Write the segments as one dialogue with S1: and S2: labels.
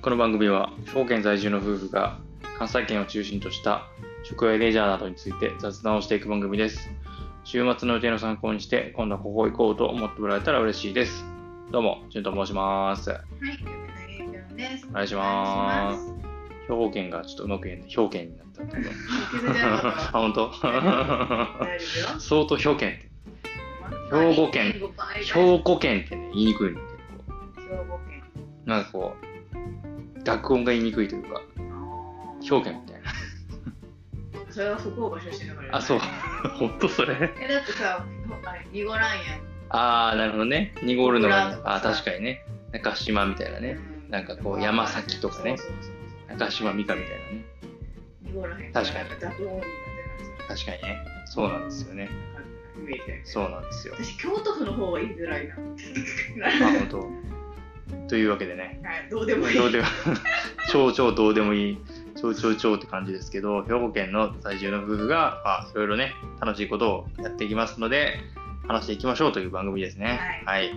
S1: この番組は兵庫県在住の夫婦が関西圏を中心とした食やレジャーなどについて雑談をしていく番組です。週末の予定の参考にして今度はここ行こうと思ってもらえたら嬉しいです。どうも、じゅんと申します。
S2: はい、山田ゆうきょんです。お
S1: 願いします兵庫県がちょっとうまく言えない。兵庫県になったんだけど。
S2: 願いします。
S1: あ、本当
S2: 大丈夫よ。
S1: 相当兵庫県って。兵庫県
S2: 兵
S1: 兵庫県ってね、言いにくいの結構。
S2: 庫県。
S1: なんかこう、濁音が言いにくいというか、兵庫県みたいな。
S2: それは福岡出身だから。
S1: あ、そう。 本当それ
S2: え、だってさ、あれ、濁らんやん。
S1: ああ、なるほどね。濁るのが、
S2: オクラとかさ
S1: あー確かにね。中島みたいなね。
S2: う
S1: なんかこう山崎とかね
S2: そうそうそうそう
S1: 中島美香みたいなね。
S2: 濁らへん。
S1: 確かに
S2: 濁音になって
S1: 確かにね。そうなんですよね。
S2: ない。イメージだけど
S1: そうなんですよ。
S2: 私、京都府の方は言いづらいな。
S1: あ、本当。 というわけでね。
S2: はい、どうでもいい。
S1: どうでも、超超どうでもいい。超超超って感じですけど、兵庫県の在住の夫婦が、まあ、いろいろね、楽しいことをやっていきますので、話していきましょうという番組ですね。はい。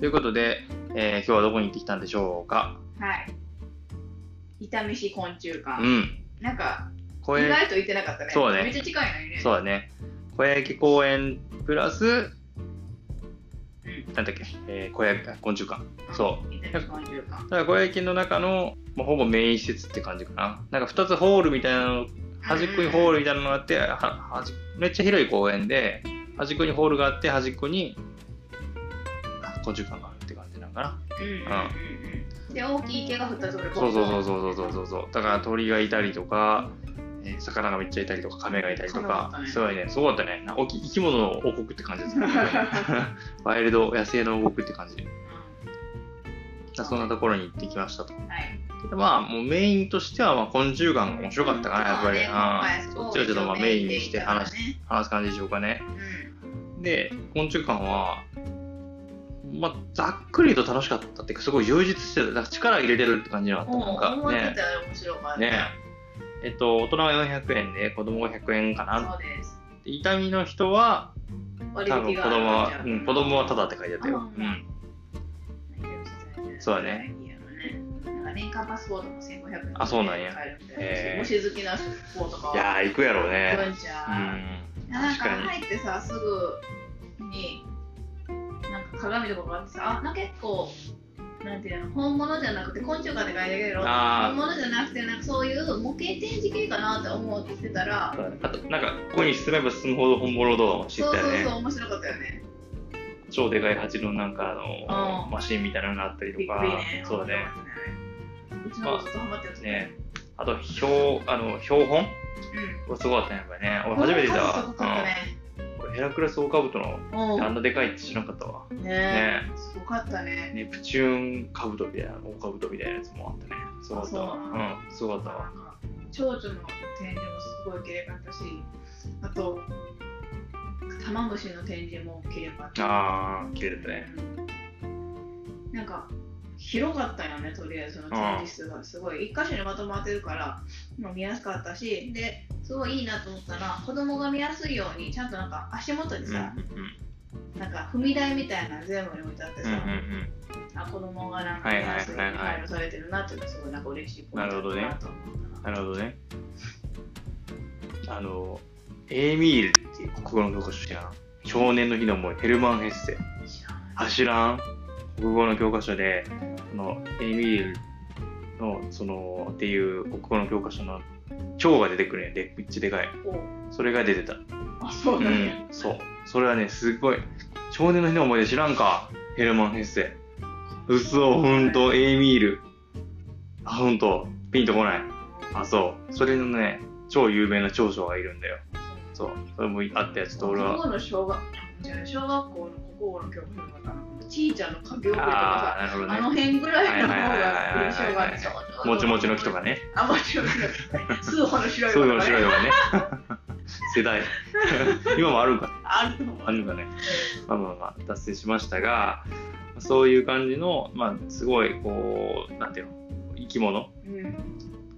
S1: ということで、えー今日はどこに行ってきたんでしょうか。
S2: はい。伊丹市昆虫
S1: う
S2: 館。
S1: ん。
S2: なんか、
S1: こ
S2: 意
S1: れ
S2: 外と言ってなかったね。
S1: そうね
S2: めっちゃ近いのにね。
S1: そうだね。小焼公園プラス、
S2: うん。
S1: なんだっけ、えー、小焼昆虫館。そう
S2: 伊丹市昆虫館。
S1: だから小焼の中の、まあ、ほぼメイン施設って感じかな。なんか2つホールみたいなの、端っこにホールみたいなのがあって、は端めっちゃ広い公園で、端っこにホールがあって、端っこにあ昆虫館があるって感じなんかな。
S2: うんうんうんうんで、大きい池が2つぐらい。
S1: そうそうそうそうそうそうそう。だから鳥がいたりとか、えー魚がめっちゃいたりとか、亀がいたりとか
S2: 亀だった、ね
S1: すごいね、すごかったね。な大きい生き物の王国って感じ ですね。ワイルド野生の王国って感じ。だそんなところに行ってきましたと。
S2: はい。
S1: でまあ、もうメインとしては、まあ、昆虫眼が面白かったかな、やっぱり。うんそっちをちょっとまあメインにして話し
S2: して。
S1: 話す感じでしょうかね
S2: う。ん
S1: で、昆虫館は、まあ、ざっくり言うと楽しかったっていうか、すごい充実してた。だから力入れてるって感じなかった。
S2: おー
S1: なん
S2: 思
S1: か
S2: って
S1: ね。
S2: たより面白かった。
S1: ねえっと、大人は400円で、子供が100円かな。
S2: そうです。
S1: で痛みの人は、
S2: 割
S1: 多分
S2: 引
S1: 子
S2: が
S1: 供
S2: あ
S1: は
S2: る、
S1: う
S2: じゃん
S1: ん、子供はただって書いてあったよ。
S2: う
S1: うんん。そうだね。
S2: いいよねなんか年間パスポートも1500円
S1: あそうなんや
S2: 買えるみたい
S1: へー
S2: もし好きな子とか
S1: いやー、行くやろう
S2: 行く
S1: ね。
S2: んじゃ。
S1: うんん。
S2: なん
S1: 確
S2: か
S1: かに。
S2: 入ってさすぐになんか鏡とかがあってさあなんか結構なんていうの本物じゃなくて昆虫館で買いだけど
S1: あー
S2: 本物じゃなくてなんかそういう模型展示系かなって思ってたら
S1: そうだねあと、なんか、ここに進めば進むほど本物動画も知っ
S2: そう
S1: た
S2: そう
S1: よ
S2: そう
S1: ね。
S2: 面白かったよね
S1: 超でかい蜂のなんか、あの、
S2: うん
S1: マシンみたいなのがあったりと
S2: びっ
S1: か
S2: くりね。
S1: そうだね。
S2: うちの子ずっとハマってます
S1: ねあと、標、あの、標本これすごかったね、やっぱりね。
S2: う
S1: 俺
S2: ん
S1: 初めて
S2: この
S1: だ
S2: 数すごかったね
S1: うん。俺ヘラクレスオオカブトの、
S2: うん
S1: あんなでかいって知らなかったわ。
S2: ね
S1: ね
S2: すごかったね
S1: ネプチューンカブトみたいな、オオカブトみたいなやつもあったね。すごかったわ。
S2: あそう
S1: う、
S2: なん
S1: すごかったわ
S2: な。んか蝶々の展示もすごい綺麗かったしあと玉虫の展示も綺麗かった
S1: ああ、綺麗だったね。
S2: うんなんか広かったよねとりあえずその展示室がすごい一箇所にまとまってるからまあ見やすかったしですごいいいなと思ったら子供が見やすいようにちゃんとなんか足元に
S1: うんうん
S2: さ、なんか踏み台みたいなの全部に置いてあって
S1: うんうんう
S2: さ、
S1: ん
S2: あ子供がなんか
S1: は
S2: 見
S1: いはい
S2: やすいよう
S1: はい
S2: に
S1: はい
S2: 配慮されてるなっていうのがすごいなんか嬉しいポイントだったなと思ったな
S1: うん。なるほどね。あの、エーミールっていう国語の教科書知らん。少年の日の思い、ヘルマン・ヘッセ。
S2: 知らな
S1: あ、
S2: い
S1: 知らん国語の教科書で、そのエーミールの、その、っていう国語の教科書の蝶が出てくるんやで、めっちゃでかい。
S2: お
S1: それが出てた。
S2: あ、そう
S1: う
S2: なんや。
S1: ん、そう。それはね、すごい。少年の日の思い出知らんかヘルマン・ヘッセ。嘘、ほんと、エーミール。あ、ほんと、ピンとこない。あ、そう。それのね、超有名な長所がいるんだよ。そう。それもあったやつと、俺は。
S2: 国語の小学じゃあ小学校の国語の教科書とかなちいちゃんの家業部と
S1: あ
S2: か
S1: あ、なるほ
S2: さ、
S1: ど
S2: あ
S1: ね
S2: の。辺ぐらいの方
S1: はいはいはいはいはい
S2: が印象がある
S1: もちもちの木とか
S2: ね。
S1: ね。
S2: あ、もちもちの木。数歩の白い
S1: そういう
S2: 子
S1: の
S2: とか
S1: 白い
S2: ね。
S1: のが ね。世代。 今もあるんか
S2: あると思
S1: あるんかね。まあまあまあ、達成しましたが、そういう感じの、まあ、すごい、こう、なんていうの、生き物
S2: う。うん。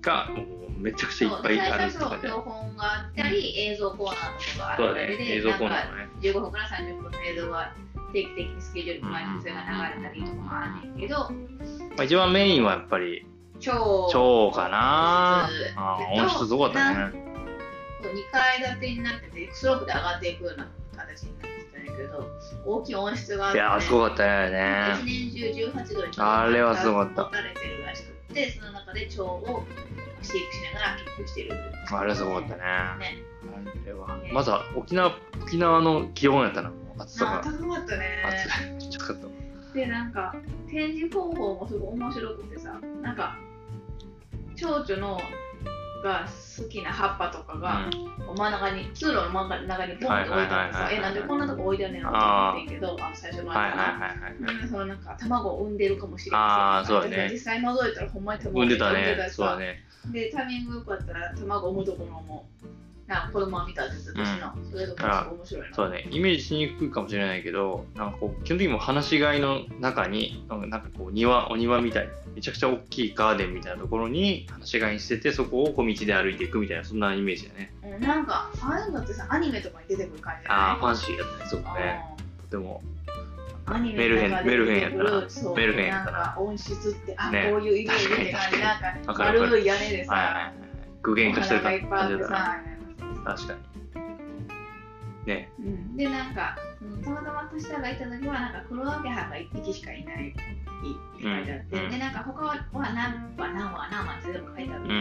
S1: が、もうめちゃくちゃいっぱ
S2: 最
S1: いあるっ
S2: 初
S1: て
S2: そう
S1: 感じ
S2: 標。本があったり、映像コーナーとかがあ
S1: そうだ
S2: った
S1: ね
S2: り。で、
S1: 映像コーナ
S2: なん
S1: ー
S2: か
S1: のね。
S2: 15分から30分の映像が定期的にスケジュールに毎日それが流れたりとかもあるねんけど、
S1: まあ、一番メインはやっぱり、
S2: 超
S1: 超かなあー
S2: えっと
S1: 音質すごかったね
S2: 2階建てになってて X ロープで上がっていくような形になってたんやけど大きい温室があっ
S1: い
S2: て、
S1: やーすごかったよね
S2: 一年中18度に
S1: あれはすごかった
S2: 持たれてるらしくってその中で蝶を飼育しながら研究してる
S1: あれはすごかったね
S2: ね
S1: あれはまずは沖縄沖縄の気温やったな暑さ
S2: あ
S1: が
S2: ー高かったね
S1: 暑いめっちゃ暑かった
S2: でなんか展示方法もすごい面白くてさなんか蝶々のが好きな葉っぱとかが、
S1: うん
S2: 真ん中に通路の真ん中にポンって置いてあってさ
S1: はいはいはいはい
S2: えなんでこんなとこ置いてんねんのかと思ってんけどあ最初の
S1: はいはいは
S2: あ
S1: いはい
S2: うんそのなんか卵を産んでるかもしれ
S1: あ
S2: な
S1: ー
S2: い
S1: そうだね
S2: 実際覗いたらほんまに卵
S1: 産んでた
S2: 産んで
S1: ね
S2: し
S1: そうだね
S2: でタイミングよかったら卵を産むところもなんか子供は見たって言ってたしな、それとかもすごい面白いな
S1: そうだねイメージしにくいかもしれないけどなんかこう基本的にもう放し飼いの中になんかなんかこう庭お庭みたいめちゃくちゃ大きいガーデンみたいなところに放し飼いにしててそこを小道で歩いていくみたいなそんなイメージだね
S2: うんなんかああいうのってさアニメとかに出てくる感じじゃない
S1: ああファンシーだったねすごくね
S2: あー
S1: とても
S2: アニ
S1: メルヘンメルヘンやったな
S2: そう
S1: メルヘンやったな
S2: なんか音質ってあ、
S1: ね
S2: こういう色々ねなんか
S1: わかるわかる
S2: 丸い屋根で
S1: はいはいは
S2: さ
S1: い具現化してる
S2: お花がいっぱいあ
S1: 感
S2: っ
S1: じだな確
S2: てさ、
S1: かにね
S2: うん、でなんかうんたまたま私らがいた時はなんか黒アゲハが1匹しかいないって書いてあって、
S1: うんうん
S2: でなんか他は何羽何羽何羽って全部書いてあるんだ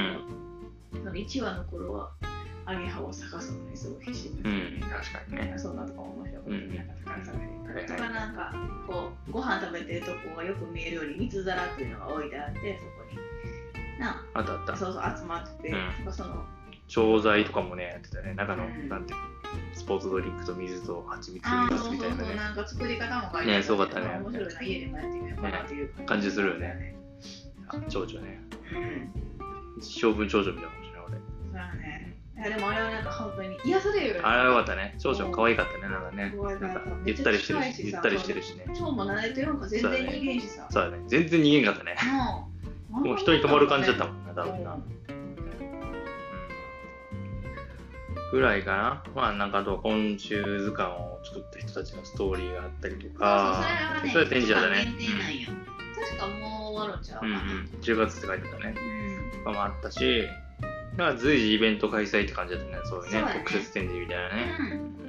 S2: けど、その1羽の黒アゲハを探すのにすごい必死に
S1: う
S2: なって
S1: ん確かにね
S2: そんなとかも面白くて、
S1: うん
S2: なんか宝探しに行ったりと
S1: はい
S2: か、なんかこうご飯食べてるとこがよく見えるように三つ皿っていうのが置いてあってそこにな
S1: あったあっ
S2: あ
S1: た
S2: そうそう集まってて、
S1: うん
S2: なんかその
S1: 調剤とかもねやってたね中の
S2: うん
S1: なんていうのスポーツドリンクと水と蜂蜜
S2: あ
S1: 入
S2: ー
S1: れ
S2: そ
S1: ます
S2: う
S1: みたい
S2: そうそ
S1: な
S2: う
S1: ね
S2: なんか作り方も書いてあ
S1: ねすごかったね
S2: 面白いな家でもやってみようかなっていう
S1: 感じするよね
S2: ね
S1: 蝶々ね
S2: うん
S1: 将軍長女みたいなもんじゃない
S2: そうだねいやでもあれはなんか本当に癒されるよね
S1: 俺あれはよかったね長女も可愛かったねなんかね
S2: 可愛か
S1: な
S2: っ
S1: ん
S2: た
S1: かゆったりしてる
S2: めっ
S1: し
S2: ちゃ近いしさ
S1: ゆったりしてるしね
S2: 蝶も慣れてるのか全然逃げんしさ
S1: そうだね全然逃げんかったね
S2: も
S1: もう人に止まる感じだった
S2: も
S1: もんな多分なう
S2: う
S1: んんぐらいかなまあなんかあと昆虫図鑑を作った人たちのストーリーがあったりとか
S2: そう
S1: そ
S2: そう
S1: れ
S2: それはね
S1: 展示だね
S2: 期間限定なんや確かもう終わるんちゃう
S1: う
S2: か
S1: んう
S2: なん
S1: うん10月って書いてたね
S2: うん
S1: とかもあったしなんか随時イベント開催って感じだったねそういう
S2: そう
S1: ね
S2: だね
S1: 特設展示みたいなね、
S2: うん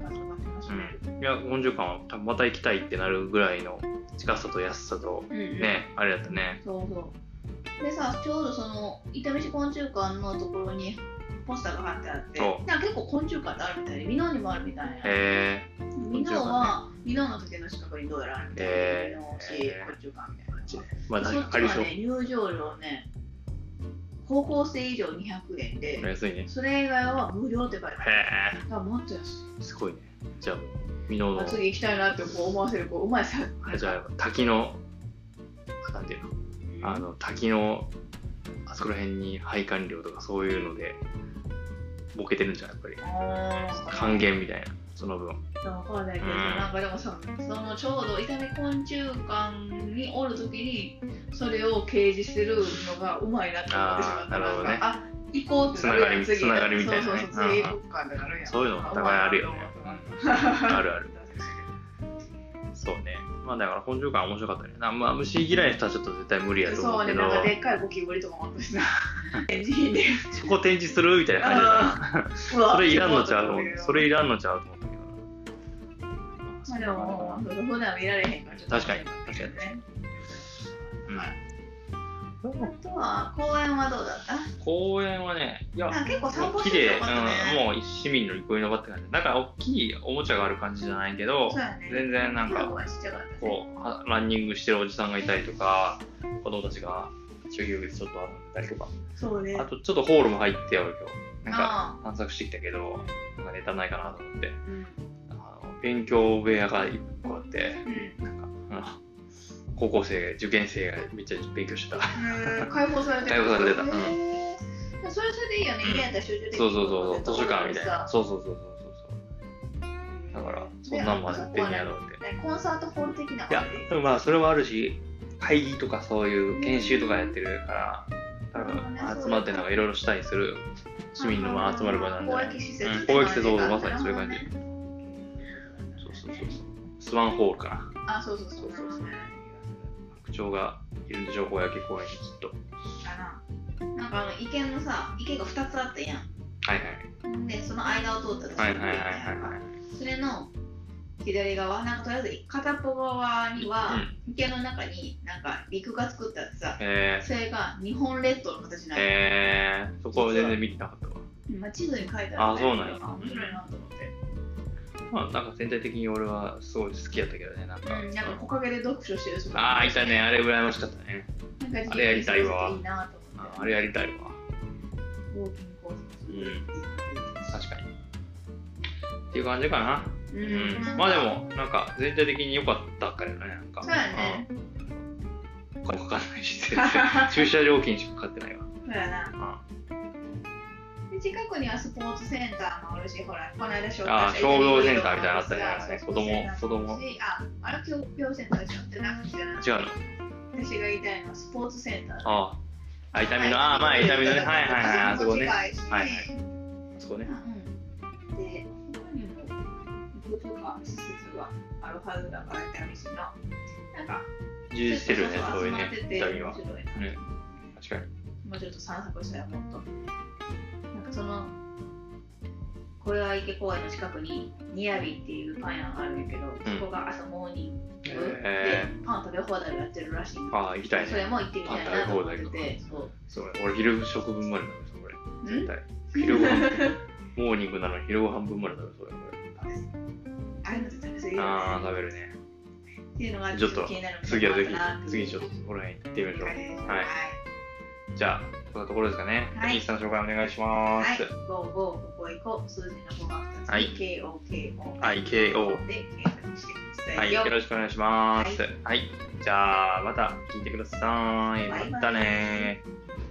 S2: なんかそんな楽しめる
S1: いや、本十館は多分また行きたいってなるぐらいの近さと安さと、
S2: うんうん
S1: ね、あれだったね。
S2: そうそう。でさ、ちょうどその伊丹市昆虫館のところにポスターが貼ってあって、
S1: そ
S2: なんか結構昆虫館ってあるみたいで、箕面にもあるみたいな。
S1: へ
S2: 箕面は箕面の竹の近くにどうやらあるみたい
S1: へ
S2: で、箕面市
S1: え
S2: 昆虫館みたいな。
S1: ー、まあ、確
S2: そっ
S1: かに
S2: ち
S1: あり
S2: は
S1: そう。
S2: ね、入場料ね、高校生以上200円で、
S1: 安いね。
S2: それ以外は無料って書いてある。
S1: へ
S2: だからもっと安い。
S1: え、すごいね。じゃあ、美濃の、
S2: 次行きたいなってこう思わせる、こう、うまいさ。
S1: あじゃあ、滝の、なんていうの、あの、滝の、あそこら辺に配管料とかそういうので、ボケてるんじゃないやっぱり。
S2: あー
S1: 還元みたいな、その 分。
S2: わかんないけど、
S1: うん
S2: なんかでもさそのちょうど伊丹昆虫館におるときにそれを掲示するのがうまいなって思ってしま
S1: あ
S2: った
S1: ーなるほどね
S2: あ行こうってなるやん
S1: つながりみつながりみたいなね
S2: そうそう
S1: う
S2: そう
S1: んうん
S2: 次行こうかってなるやん
S1: そういうのお互いあるよねあるある。そうね。まあだから本庄感面白かったね。なまあ虫嫌いの人はちょっと絶対無理やと思
S2: そう
S1: うけ
S2: ね
S1: ど、
S2: なんかでっかいゴキブリとかもあっ たしな NG で
S1: そこ展示するみたいな感じだな。
S2: うわ
S1: それいらんのちゃうと思っ
S2: う
S1: て。
S2: わ
S1: それいらんのちゃうと思ったけど。
S2: まあでもそこでは見られへんからちょっと
S1: 確かに確かに
S2: ね
S1: うん
S2: あとは公園はどうだった
S1: 公園はね、いや、
S2: あ結構散歩
S1: 綺
S2: して
S1: 麗、
S2: よかったね
S1: うん、もう市民の憩いの場って感じ。なんか大きいおもちゃがある感じじゃないけど
S2: そう、やね
S1: 全然なんか
S2: 今はちっちゃかったね
S1: こうはランニングしてるおじさんがいたりとか、子供たちが授業でちょっと遊んでたりとか、
S2: そうね
S1: あとちょっとホールも入ってやる今日。なんか
S2: あ
S1: 探索してきたけど、なんかネタないかなと思って、
S2: ーうん
S1: あの勉強部屋が一個あって、
S2: うん
S1: なんか、あの高校生、受験生がめっちゃ勉強してた。
S2: へー解放されて
S1: 解放されてたうん
S2: へーそれはそれでいいよね、家やったら集中できる
S1: そうそうそうそう、図書館みたいな。
S2: そ
S1: そうそうそうそうそう。だから、そんなんもやってんやろうって。
S2: ねコンサートホール的ない
S1: や、でもまあ、それもあるし、会議とかそういう研修とかやってるから、多分集まってなんかいろいろしたりする、市民のまあ集まる場なんじゃない
S2: 公
S1: う
S2: 益施設
S1: ん公益施設、そうそうまさにそういう感じ。そうそうそうそう。スワンホールかな。
S2: あそうそうそう
S1: そうそうそう白鳥がいる情報やけ公園にきっと
S2: なんかあの池のさ池が2つあったや
S1: はいはい
S2: んでその間を通ったと
S1: はい
S2: す
S1: は
S2: る
S1: い
S2: や
S1: はい
S2: ん
S1: はいはい
S2: それの左側なんかとりあえず片っぽ側には、池の中になんか陸が作ったってさ
S1: え
S2: それが日本列島の形
S1: ー、
S2: なの、
S1: えー、そこは全然見てなかったわ
S2: まあ、地図に書いて
S1: あそうなんや
S2: 面白いなと思って、
S1: まあなんか全体的に俺はすごい好きやったけどねなんか、
S2: うん、なんか木陰で読書してる人
S1: ああいたねあれ羨ましかったね
S2: なんか
S1: あれやりたいわ
S2: いいなと
S1: あー
S2: 思って
S1: あれやりたいわ
S2: ウォーキングコー
S1: うん確かにっていう感じかな
S2: ス
S1: う
S2: うん
S1: んまあで もなんか全体的に良かったからねなんか
S2: そうやね
S1: うんお金もかかんないし全然 駐車料金しかかかってないわ
S2: そうやなで近くにはスポーツセンターもあるしほらこの間紹介した
S1: あー消防センターみたいなのあったじゃないですか
S2: そうそうそう
S1: 子供
S2: そうああれ教養センターでしょってなくてな
S1: 違うの
S2: 私が言いたいのはスポーツセンター
S1: あああ痛みのああまあ痛みのねはいはいはい あそこね
S2: はい
S1: はいはいあそこね
S2: うんで、他にもいくつか施設があるはずだから、痛み市の。なんか、
S1: 充実してるよね
S2: ちょっと
S1: そういうね
S2: 集まってて
S1: 痛みは
S2: 面白いな
S1: ね確かに
S2: もうちょっと散策したらもっと。なんかその、小岩池公園の近くに、ニヤビっていうパン屋があるんやけど、
S1: ん
S2: そこが朝モーニングで、
S1: へ
S2: パン食べ放題をやってるらしいの
S1: ああ行きたい
S2: それ
S1: ね
S2: も行ってみたいなと思って
S1: パン食べ
S2: て、そう。
S1: そう俺昼食分まで食べそう
S2: うん
S1: 俺絶対昼ご飯モーニングなのに昼ご飯分まで食べそう俺
S2: あれも絶対食べ過ぎるよね
S1: ああ食べるね
S2: っていうのが
S1: ちょっと
S2: 気になる
S1: 次はぜ
S2: のかなって
S1: ひ
S2: いう
S1: 次ちょっとそこら辺行ってみましょう
S2: はい。
S1: じゃあこんなところですかね
S2: はい
S1: インスタの紹介お願いしま
S2: はい
S1: す。
S2: 五五ここ行こう。数字の五が二つ。
S1: はい
S2: K O K O。
S1: はい。KO
S2: で検索してくだ
S1: は
S2: さ
S1: い、
S2: いよ。
S1: よろしくお願いします。
S2: は
S1: はい、じゃあまた聞いてください。
S2: バイバイ
S1: またねー